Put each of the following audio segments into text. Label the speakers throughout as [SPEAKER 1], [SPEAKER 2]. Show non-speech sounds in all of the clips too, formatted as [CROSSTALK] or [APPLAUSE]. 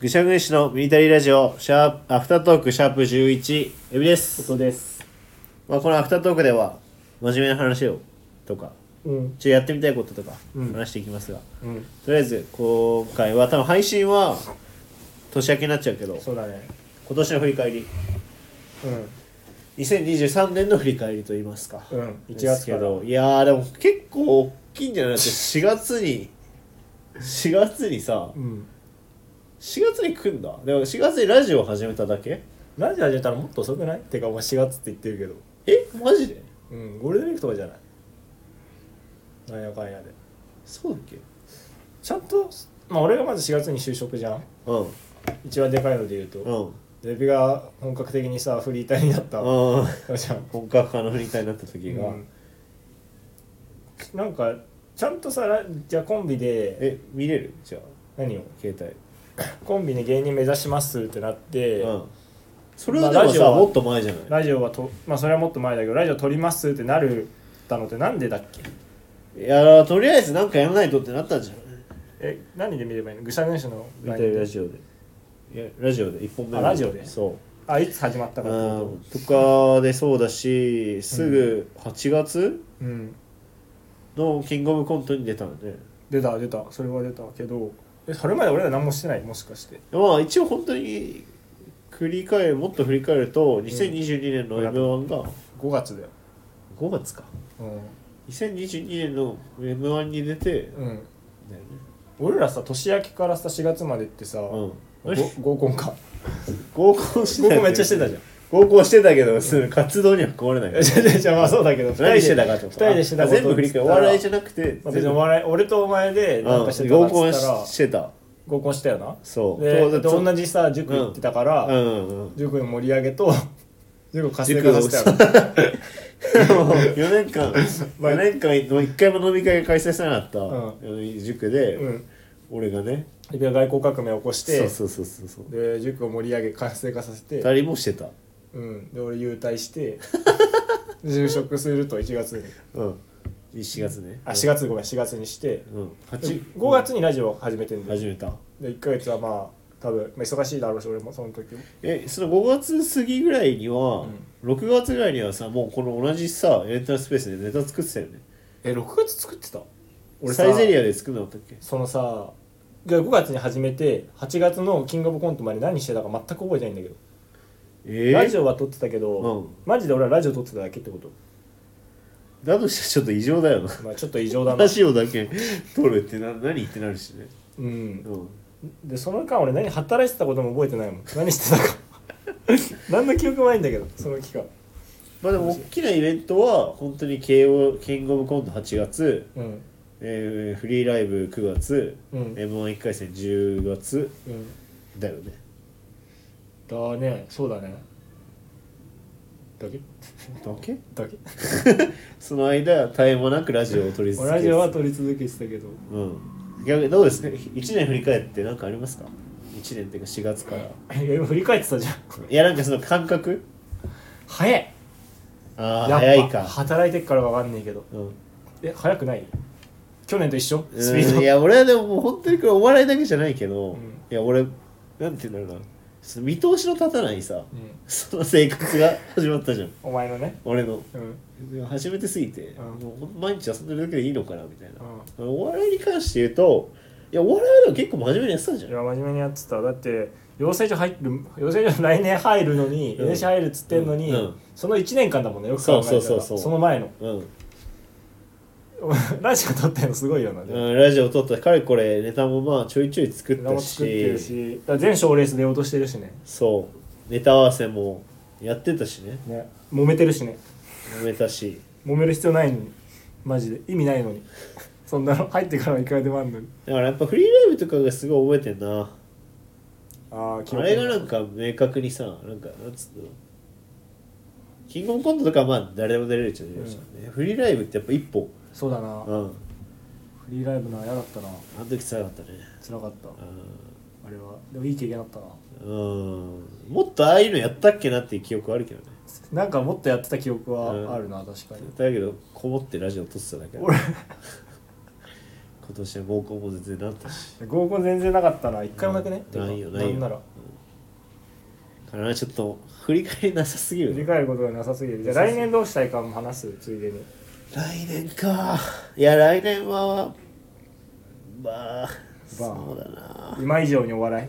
[SPEAKER 1] ぐしゃぐしのミリタリーラジオ、シャープ、アフタートーク、シャープ11、エビで
[SPEAKER 2] こ
[SPEAKER 1] す。
[SPEAKER 2] とです
[SPEAKER 1] まあ、このアフタートークでは、真面目な話を、とか、
[SPEAKER 2] う
[SPEAKER 1] ち
[SPEAKER 2] ん
[SPEAKER 1] ょっとやってみたいこととか、
[SPEAKER 2] うん
[SPEAKER 1] 話していきますが、
[SPEAKER 2] うん
[SPEAKER 1] とりあえず、今回は、多分配信は、年明けになっちゃうけど、
[SPEAKER 2] そうだね
[SPEAKER 1] 今年の振り返り、2023年の振り返りと言いますか。
[SPEAKER 2] うんうん1
[SPEAKER 1] です
[SPEAKER 2] 月
[SPEAKER 1] け
[SPEAKER 2] から
[SPEAKER 1] ど、いやー、でも結構大きいんじゃないだって4月
[SPEAKER 2] [LAUGHS]
[SPEAKER 1] に、4月にさ
[SPEAKER 2] う、ん
[SPEAKER 1] 4月に来んだ。でも4月にラジオを始めただけ
[SPEAKER 2] ラジオ始めたらもっと遅くないてかお前4月って言ってるけど
[SPEAKER 1] えマジで
[SPEAKER 2] うんゴールデンウィークとかじゃないなんやかんやで
[SPEAKER 1] そうだっけ
[SPEAKER 2] ちゃんとまあ俺がまず4月に就職じゃん
[SPEAKER 1] うん
[SPEAKER 2] 一番でかいので言うと、
[SPEAKER 1] うん
[SPEAKER 2] デビが本格的にさフリーターになった
[SPEAKER 1] うん
[SPEAKER 2] じゃん
[SPEAKER 1] 本格化の振り替になった時が、
[SPEAKER 2] うんなんかちゃんとさラじゃあコンビで
[SPEAKER 1] え見れるじゃあ
[SPEAKER 2] 何を
[SPEAKER 1] 携
[SPEAKER 2] コンビで芸人目指しますってなって、
[SPEAKER 1] 帯うんそれはでも
[SPEAKER 2] ラジ
[SPEAKER 1] さ
[SPEAKER 2] オは
[SPEAKER 1] もっと前じゃない
[SPEAKER 2] ラジオはとまあそれはもっと前だけどラジオ撮りますってなるたのってなんでだっけ
[SPEAKER 1] いやーとりあえずなんかやらないとってなったんじゃな
[SPEAKER 2] え何で見ればいいのぐしゃぐしゃの
[SPEAKER 1] い見てるラジオでいやラジオで一本目
[SPEAKER 2] あラジオで
[SPEAKER 1] そ
[SPEAKER 2] あいつ始まった
[SPEAKER 1] う
[SPEAKER 2] かってこ
[SPEAKER 1] うんとかでそうだしすぐ8月
[SPEAKER 2] とうん
[SPEAKER 1] のキングオブコントに出たので、
[SPEAKER 2] 出た出たそれは出たけどえそれまで俺ら何もしてないもしかして
[SPEAKER 1] まあ一応本当に繰り返るもっと振り返ると2022年の m 1が
[SPEAKER 2] 5月だよ
[SPEAKER 1] 5月か
[SPEAKER 2] う
[SPEAKER 1] 2022年の m 1に出て
[SPEAKER 2] ん、うん、
[SPEAKER 1] だよね
[SPEAKER 2] 俺らさ年明けからさ4月までってさ、
[SPEAKER 1] うん
[SPEAKER 2] ご合コンか
[SPEAKER 1] 合コンして
[SPEAKER 2] [LAUGHS] 合
[SPEAKER 1] た
[SPEAKER 2] コンめっちゃしてたじゃん [LAUGHS]
[SPEAKER 1] 合コンしてたけどその活動には関われない
[SPEAKER 2] じゃじゃじゃまあそうだけど
[SPEAKER 1] 何してたかと
[SPEAKER 2] 2人でしてた
[SPEAKER 1] あ
[SPEAKER 2] こと
[SPEAKER 1] 全部振り返るお笑いじゃなくて
[SPEAKER 2] まあ別にお笑い俺とお前でなんかして
[SPEAKER 1] 全
[SPEAKER 2] た
[SPEAKER 1] 部
[SPEAKER 2] か
[SPEAKER 1] 合コ
[SPEAKER 2] っ
[SPEAKER 1] ン
[SPEAKER 2] つったら
[SPEAKER 1] してた
[SPEAKER 2] 合コンしたよな
[SPEAKER 1] そう
[SPEAKER 2] で
[SPEAKER 1] そう
[SPEAKER 2] で
[SPEAKER 1] だそう
[SPEAKER 2] 同じさ塾行ってたから、
[SPEAKER 1] うんうん
[SPEAKER 2] 塾の盛り上げと [LAUGHS] 塾を活性化させたよ
[SPEAKER 1] 4年
[SPEAKER 2] [LAUGHS]
[SPEAKER 1] 間4年間の1回も飲み会が開催されなかった
[SPEAKER 2] う
[SPEAKER 1] 塾で、
[SPEAKER 2] うん
[SPEAKER 1] 俺がね
[SPEAKER 2] で外交革命を起こして
[SPEAKER 1] そうそうそうそうそう
[SPEAKER 2] で塾を盛り上げ活性化させて、
[SPEAKER 1] 2人もしてた
[SPEAKER 2] うん、で俺優退して
[SPEAKER 1] [LAUGHS]
[SPEAKER 2] で就職すると1月に
[SPEAKER 1] うん4月ね
[SPEAKER 2] あ4月ごめん4月にして
[SPEAKER 1] うん8
[SPEAKER 2] 5月にラジオを始めてんだよ
[SPEAKER 1] 始めた
[SPEAKER 2] で1ヶ月はまあ多分、まあ、忙しいだろうし俺もその時も
[SPEAKER 1] えその5月過ぎぐらいには、6月ぐらいにはさもうこの同じさエンタースペースでネタ作ってたよね
[SPEAKER 2] え6月作ってた俺さ
[SPEAKER 1] サイゼリアで作んなかったっけ
[SPEAKER 2] そのさ5月に始めて8月のキングオブコントまで何してたか全く覚えてないんだけど
[SPEAKER 1] え
[SPEAKER 2] ラジ
[SPEAKER 1] オ
[SPEAKER 2] オは撮ってたけど、
[SPEAKER 1] うん
[SPEAKER 2] マジで俺はラジオ撮ってただけってこと、
[SPEAKER 1] だとしたらちょっと異常だよな
[SPEAKER 2] まあ、ちょっと異常だ
[SPEAKER 1] [LAUGHS]
[SPEAKER 2] な
[SPEAKER 1] ラ、ジオだけ撮るってな何ってなるしね
[SPEAKER 2] うん、
[SPEAKER 1] うん
[SPEAKER 2] でその間俺何働いてたことも覚えてないもん何してたか [LAUGHS] 何の記憶もないんだけどその期間
[SPEAKER 1] まあでも大きなイベントは本当に KO キングオブコント8月、
[SPEAKER 2] うん
[SPEAKER 1] えーフリーライブ9月、
[SPEAKER 2] うん
[SPEAKER 1] m 1 1回戦10月だよね
[SPEAKER 2] うんだねそうだねだけ
[SPEAKER 1] だけ
[SPEAKER 2] だけ
[SPEAKER 1] その間絶え間なくラジオを撮り続け
[SPEAKER 2] ラジオは撮り続けてたけど
[SPEAKER 1] うん逆にどうですか1年振り返って何かありますか1年っていうか4月から
[SPEAKER 2] いや今振り返ってたじゃん
[SPEAKER 1] いやなんかその感覚
[SPEAKER 2] 早い
[SPEAKER 1] あ
[SPEAKER 2] や
[SPEAKER 1] あ
[SPEAKER 2] っぱ
[SPEAKER 1] 早いか、
[SPEAKER 2] 働いてっからわかんねえけど
[SPEAKER 1] うん、
[SPEAKER 2] え早くない去年と一緒スピー
[SPEAKER 1] うん
[SPEAKER 2] ド
[SPEAKER 1] いや俺はでももう本当にこれお笑いだけじゃないけど、
[SPEAKER 2] うん
[SPEAKER 1] いや俺なんて言うんだろうなその見通しの立たないさ
[SPEAKER 2] うん
[SPEAKER 1] その生活が始まったじゃん
[SPEAKER 2] [LAUGHS] お前のね
[SPEAKER 1] 俺の
[SPEAKER 2] うんうん
[SPEAKER 1] でも初めてすぎて、
[SPEAKER 2] うん
[SPEAKER 1] もう毎日遊んでるだけでいいのかなみたいな、お笑いに関して言うといやお笑いはでも結構真面目にやってたじゃ
[SPEAKER 2] い
[SPEAKER 1] ん
[SPEAKER 2] や真面目にやってただって養成所入る養成所来年入るのに、
[SPEAKER 1] うん
[SPEAKER 2] NC 入るっつってんのに、
[SPEAKER 1] うんうん
[SPEAKER 2] その1年間だもんねよく考えたら
[SPEAKER 1] そうそうそうそう
[SPEAKER 2] の前の [LAUGHS]
[SPEAKER 1] うん
[SPEAKER 2] ラジオ撮ってんのすごいよなでも
[SPEAKER 1] うん、ラジオ撮ったかれこれネタもまあちょいちょい作っ
[SPEAKER 2] ドラ
[SPEAKER 1] た
[SPEAKER 2] マ
[SPEAKER 1] し
[SPEAKER 2] 作ってるしだから全賞レース出ようとしてるしね
[SPEAKER 1] そうネタ合わせもやってたしね
[SPEAKER 2] ね揉めてるしね
[SPEAKER 1] 揉めたし
[SPEAKER 2] 揉める必要ないのにマジで意味ないのに [LAUGHS] そんなの入ってからはいくらでもあんのに
[SPEAKER 1] だからやっぱフリーライブとかがすごい覚えてんな
[SPEAKER 2] ああ
[SPEAKER 1] あれがなんか明確にさなんかなんつうのキングオブコントとかはまあ誰でも出れるっちゃ出れるじゃんね、フリーライブってやっぱ一歩
[SPEAKER 2] そうだな
[SPEAKER 1] うんあ
[SPEAKER 2] フリーライブな嫌だったな
[SPEAKER 1] の時辛かったね
[SPEAKER 2] 辛かった
[SPEAKER 1] う
[SPEAKER 2] あれはでもいい経験だったなん
[SPEAKER 1] うんもっとああいうのやったっけなっていう記憶はあるけどね
[SPEAKER 2] なんかもっとやってた記憶はあるな、確かに
[SPEAKER 1] だけどこもってラジオ撮ってただけだ
[SPEAKER 2] 俺
[SPEAKER 1] こ今年は合コンも全然なったし
[SPEAKER 2] 合コン全然なかったな一回もなくね、
[SPEAKER 1] うんないよ
[SPEAKER 2] てか
[SPEAKER 1] ないよ
[SPEAKER 2] んなら
[SPEAKER 1] からちょっと振り返りなさすぎる
[SPEAKER 2] 振り
[SPEAKER 1] ね
[SPEAKER 2] 返ることがなさすぎるじゃあ来年どうしたいかも話すついでに
[SPEAKER 1] 来年かいや来年はまあそうだな
[SPEAKER 2] 今以上にお笑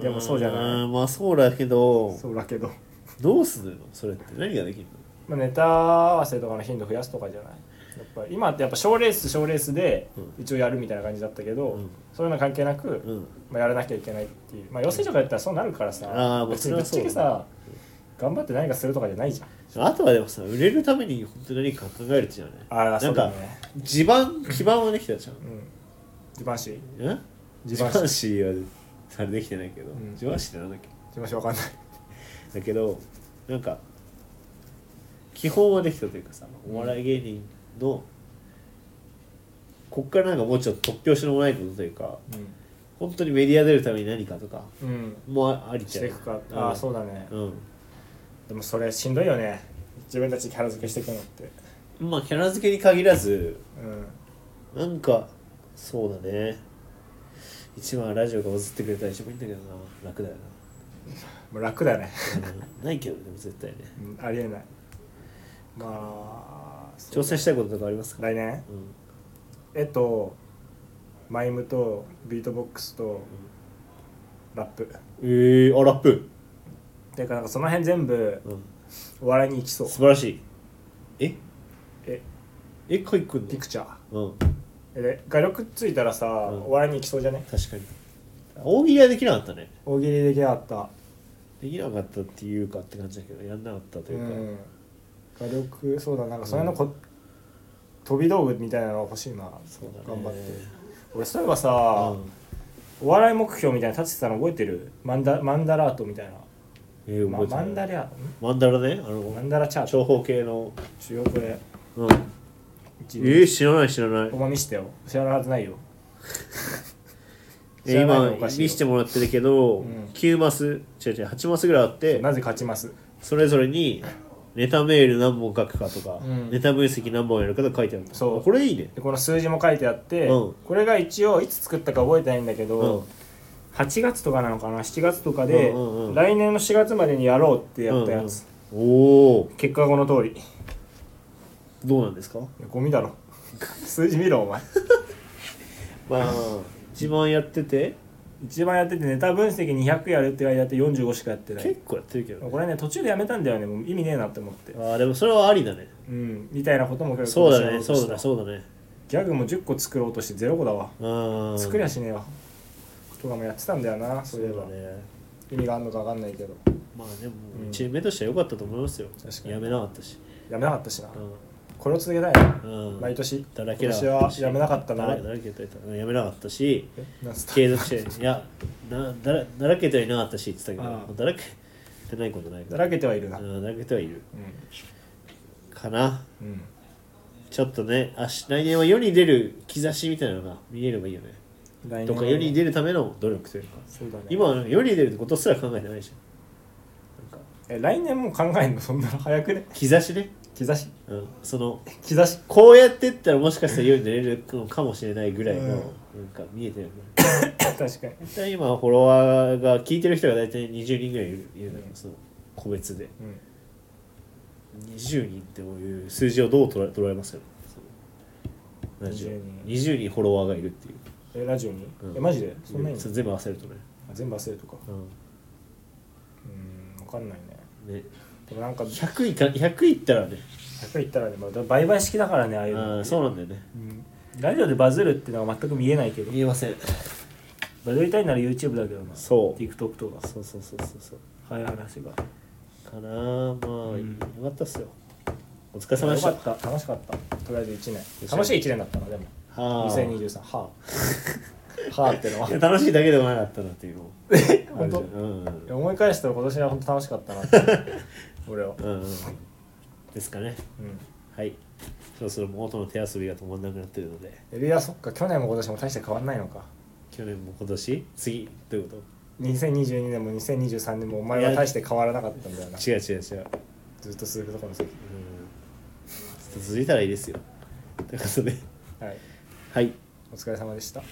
[SPEAKER 2] でもそうじゃない
[SPEAKER 1] ーんまあそうだけ
[SPEAKER 2] い
[SPEAKER 1] ど
[SPEAKER 2] そうだけど、
[SPEAKER 1] どうするのそれって何ができる
[SPEAKER 2] まあ、ネタ合わせとかの頻度増やすとかじゃないやっぱり今ってやっぱ賞ーレース賞ーレースで
[SPEAKER 1] う
[SPEAKER 2] 一応やるみたいな感じだったけど、
[SPEAKER 1] うん
[SPEAKER 2] そういうの関係なく、
[SPEAKER 1] のうん
[SPEAKER 2] まあ、やらなきゃいけないっていうまあ養成所がやったらそうなるからさ
[SPEAKER 1] あーもう
[SPEAKER 2] 別
[SPEAKER 1] そ
[SPEAKER 2] に
[SPEAKER 1] れ
[SPEAKER 2] ぶ
[SPEAKER 1] は
[SPEAKER 2] っちゃけ
[SPEAKER 1] そうだ
[SPEAKER 2] さ頑張って何かするとかじゃないじゃん
[SPEAKER 1] あとはでもさ売れるために本当に何か考えるじゃない
[SPEAKER 2] ああ
[SPEAKER 1] な
[SPEAKER 2] そ
[SPEAKER 1] ん
[SPEAKER 2] うだ
[SPEAKER 1] か
[SPEAKER 2] ね
[SPEAKER 1] 地盤基盤はできたじゃん
[SPEAKER 2] うん自慢し
[SPEAKER 1] ん
[SPEAKER 2] 地
[SPEAKER 1] 地
[SPEAKER 2] 盤
[SPEAKER 1] 盤
[SPEAKER 2] 師
[SPEAKER 1] 師はされできてないけど、
[SPEAKER 2] うん
[SPEAKER 1] 地盤師ってなんだっけ
[SPEAKER 2] 自慢しわかんない
[SPEAKER 1] だけどなんか基本はできたというかさお笑い芸人のこっからなんかもうちょっと突拍子のもないことというか本当にメディア出るために何かとか
[SPEAKER 2] うん、うん、
[SPEAKER 1] もああり
[SPEAKER 2] し
[SPEAKER 1] ちゃう
[SPEAKER 2] ていくかああそううだね
[SPEAKER 1] うん、
[SPEAKER 2] でもそれしんどいよね自分たちでキャラ付けしていくのって
[SPEAKER 1] うん、まあキャラ付けに限らず
[SPEAKER 2] うん
[SPEAKER 1] なんかそうだね一番はラジオが映ってくれたら一番いいんだけどな楽だよ
[SPEAKER 2] もう楽だね、
[SPEAKER 1] な、うんないけどでも絶対ね
[SPEAKER 2] うん、ありえないまあそう
[SPEAKER 1] 挑戦したいこととかありますか、
[SPEAKER 2] 来
[SPEAKER 1] う
[SPEAKER 2] 年
[SPEAKER 1] ん
[SPEAKER 2] 絵とマイムとビートボックスとラップっ
[SPEAKER 1] えー、あラップ、
[SPEAKER 2] ていうかなんかその辺全部
[SPEAKER 1] うん、
[SPEAKER 2] お笑いに行きそう
[SPEAKER 1] 素晴らしいえ
[SPEAKER 2] え
[SPEAKER 1] えかいくんの
[SPEAKER 2] ピクチャー
[SPEAKER 1] うん
[SPEAKER 2] えで画力ついたらさ、
[SPEAKER 1] ん
[SPEAKER 2] お笑いに行きそうじゃね
[SPEAKER 1] 確かに大喜利はできなかったね
[SPEAKER 2] 大喜利できなかった
[SPEAKER 1] できなかったっていうかって感じだけどやんなかったと
[SPEAKER 2] う
[SPEAKER 1] いうか、
[SPEAKER 2] ん画力そうだなんかそれのこ、飛び道具みたいなのが欲しいな
[SPEAKER 1] そうだね
[SPEAKER 2] 頑張って俺そういえばさ、
[SPEAKER 1] うん
[SPEAKER 2] お笑い目標みたいなの立ててたの覚えてるマンダマンダラートみたいな、
[SPEAKER 1] えー、
[SPEAKER 2] ま、
[SPEAKER 1] 覚えて
[SPEAKER 2] マ
[SPEAKER 1] ない
[SPEAKER 2] ンダラ
[SPEAKER 1] マンダラねあの
[SPEAKER 2] マンダラチャート
[SPEAKER 1] 長方形の
[SPEAKER 2] 中国で
[SPEAKER 1] うんえ
[SPEAKER 2] 一
[SPEAKER 1] ー、知らない知らない
[SPEAKER 2] お前見してよ知らないはずないよ
[SPEAKER 1] [LAUGHS] えー
[SPEAKER 2] 知らないの
[SPEAKER 1] 今見せてもらってるけど、
[SPEAKER 2] ん
[SPEAKER 1] 9マス違う違う8マスぐらいあって
[SPEAKER 2] なぜ勝ちます
[SPEAKER 1] それぞれにネタメール何本書くかとか、
[SPEAKER 2] うん
[SPEAKER 1] ネタ分析何本やるかとか書いてある
[SPEAKER 2] そう
[SPEAKER 1] これいいね
[SPEAKER 2] でこの数字も書いてあって、
[SPEAKER 1] うん
[SPEAKER 2] これが一応いつ作ったか覚えてないんだけど、
[SPEAKER 1] うん
[SPEAKER 2] 8月とかなのかな7月とかで、
[SPEAKER 1] うんうんうん
[SPEAKER 2] 来年の4月までにやろうってやったやつ、
[SPEAKER 1] うんうんおお
[SPEAKER 2] 結果はこの通りい
[SPEAKER 1] どうなんですか
[SPEAKER 2] やゴミだろ [LAUGHS] 数字見ろお前
[SPEAKER 1] まあ一番やってて
[SPEAKER 2] 一番やっててネタ分析200やるってやって45しかやってない
[SPEAKER 1] 結構やってるけど、ね、
[SPEAKER 2] これね途中でやめたんだよねもう意味ねえなって思って
[SPEAKER 1] ああでもそれはありだね
[SPEAKER 2] うんみたいなことも結
[SPEAKER 1] そうだ
[SPEAKER 2] やろ
[SPEAKER 1] ねそ
[SPEAKER 2] と
[SPEAKER 1] うだね
[SPEAKER 2] した
[SPEAKER 1] そうだね
[SPEAKER 2] ギャグも10個作ろうとして0個だわ、
[SPEAKER 1] うん
[SPEAKER 2] 作りゃしねえわとかもやってたんだよなそういえ
[SPEAKER 1] そう
[SPEAKER 2] ば、
[SPEAKER 1] だね
[SPEAKER 2] 意味があるのか分かんないけど
[SPEAKER 1] まあでも
[SPEAKER 2] うん
[SPEAKER 1] 1年目としては良かったと思いますよ
[SPEAKER 2] 確かに
[SPEAKER 1] やめなかったし
[SPEAKER 2] やめなかったしな、
[SPEAKER 1] う
[SPEAKER 2] これを続けたいな、
[SPEAKER 1] ん、うん、
[SPEAKER 2] 毎年
[SPEAKER 1] だらけだ
[SPEAKER 2] 今年はやめなかったな
[SPEAKER 1] だらだらけといたうんやめなかったし
[SPEAKER 2] えなんつった
[SPEAKER 1] 継続
[SPEAKER 2] [LAUGHS]
[SPEAKER 1] していやなだらだらけてはいなかったしって言ってた
[SPEAKER 2] あ
[SPEAKER 1] け
[SPEAKER 2] あ
[SPEAKER 1] どだらけてないことないか
[SPEAKER 2] だ
[SPEAKER 1] ら
[SPEAKER 2] らけてはいるなう
[SPEAKER 1] うんんだらけてはいるかな
[SPEAKER 2] うん
[SPEAKER 1] ちょっとねあし来年は世に出る兆しみたいなのが見えればいいよね
[SPEAKER 2] 来
[SPEAKER 1] と
[SPEAKER 2] 年
[SPEAKER 1] か世に出るための努力というか
[SPEAKER 2] そうだね
[SPEAKER 1] 今はなんか世に出ることすら考えてないじゃんなんか
[SPEAKER 2] え来年もう考えんのそんなの早くね
[SPEAKER 1] 兆しね、
[SPEAKER 2] 兆し
[SPEAKER 1] うん、その
[SPEAKER 2] 兆 [LAUGHS] し
[SPEAKER 1] こうやってったらもしかしたら世に出れるのかもしれないぐらいの、
[SPEAKER 2] うん
[SPEAKER 1] なんか見えてる
[SPEAKER 2] 確かに
[SPEAKER 1] 大体今フォロワーが聞いてる人が大体20人ぐらいいるいるのよその個別で
[SPEAKER 2] うん
[SPEAKER 1] 20人っていう数字をどう捉え捉えますか20人
[SPEAKER 2] 20
[SPEAKER 1] 20人フォロワーがいるっていう、
[SPEAKER 2] えラジオに、
[SPEAKER 1] うん
[SPEAKER 2] えマジでそんなに、
[SPEAKER 1] そう全部合わせるとね、
[SPEAKER 2] あ全部忘れるとか
[SPEAKER 1] うん
[SPEAKER 2] うん分かんないね
[SPEAKER 1] ね、
[SPEAKER 2] でもなんか100
[SPEAKER 1] 100位か100位いったらね、
[SPEAKER 2] いったらね、まあ、倍々式だからねああいうの
[SPEAKER 1] あ
[SPEAKER 2] っ
[SPEAKER 1] ー
[SPEAKER 2] て
[SPEAKER 1] そうなんだよね
[SPEAKER 2] うんラジオでバズるってのは全く見えないけど
[SPEAKER 1] 見えません
[SPEAKER 2] バズりたいなら YouTube だけどな
[SPEAKER 1] そう
[SPEAKER 2] TikTok とか
[SPEAKER 1] そうそうそうそうそう
[SPEAKER 2] 早い話が
[SPEAKER 1] かなあまあ、
[SPEAKER 2] うん
[SPEAKER 1] よかったっすよお疲れ様でした
[SPEAKER 2] よかった楽しかったとりあえず1年
[SPEAKER 1] よし
[SPEAKER 2] 楽しい1年だったなでも
[SPEAKER 1] は
[SPEAKER 2] 2023は [LAUGHS] あはあってのはい
[SPEAKER 1] や楽しいだけでもなかったなっていうのえ
[SPEAKER 2] 本当
[SPEAKER 1] うんうん
[SPEAKER 2] いや思い返したら今年は本当楽しかったな [LAUGHS] って俺は
[SPEAKER 1] うんうんですかね
[SPEAKER 2] うん
[SPEAKER 1] はいそろそろもう音の手遊びが止まんなくなってるので
[SPEAKER 2] エリアそっか去年も今年も大して変わんないのか
[SPEAKER 1] 去年も今年次どういうこ
[SPEAKER 2] 2022年も2023年もお前は大して変わらなかったんだよな
[SPEAKER 1] と違う違う違う、うん、ちょっ
[SPEAKER 2] ずっと続くとこの席
[SPEAKER 1] と続いたらいいですよということで
[SPEAKER 2] はい
[SPEAKER 1] はい
[SPEAKER 2] お疲れ様でした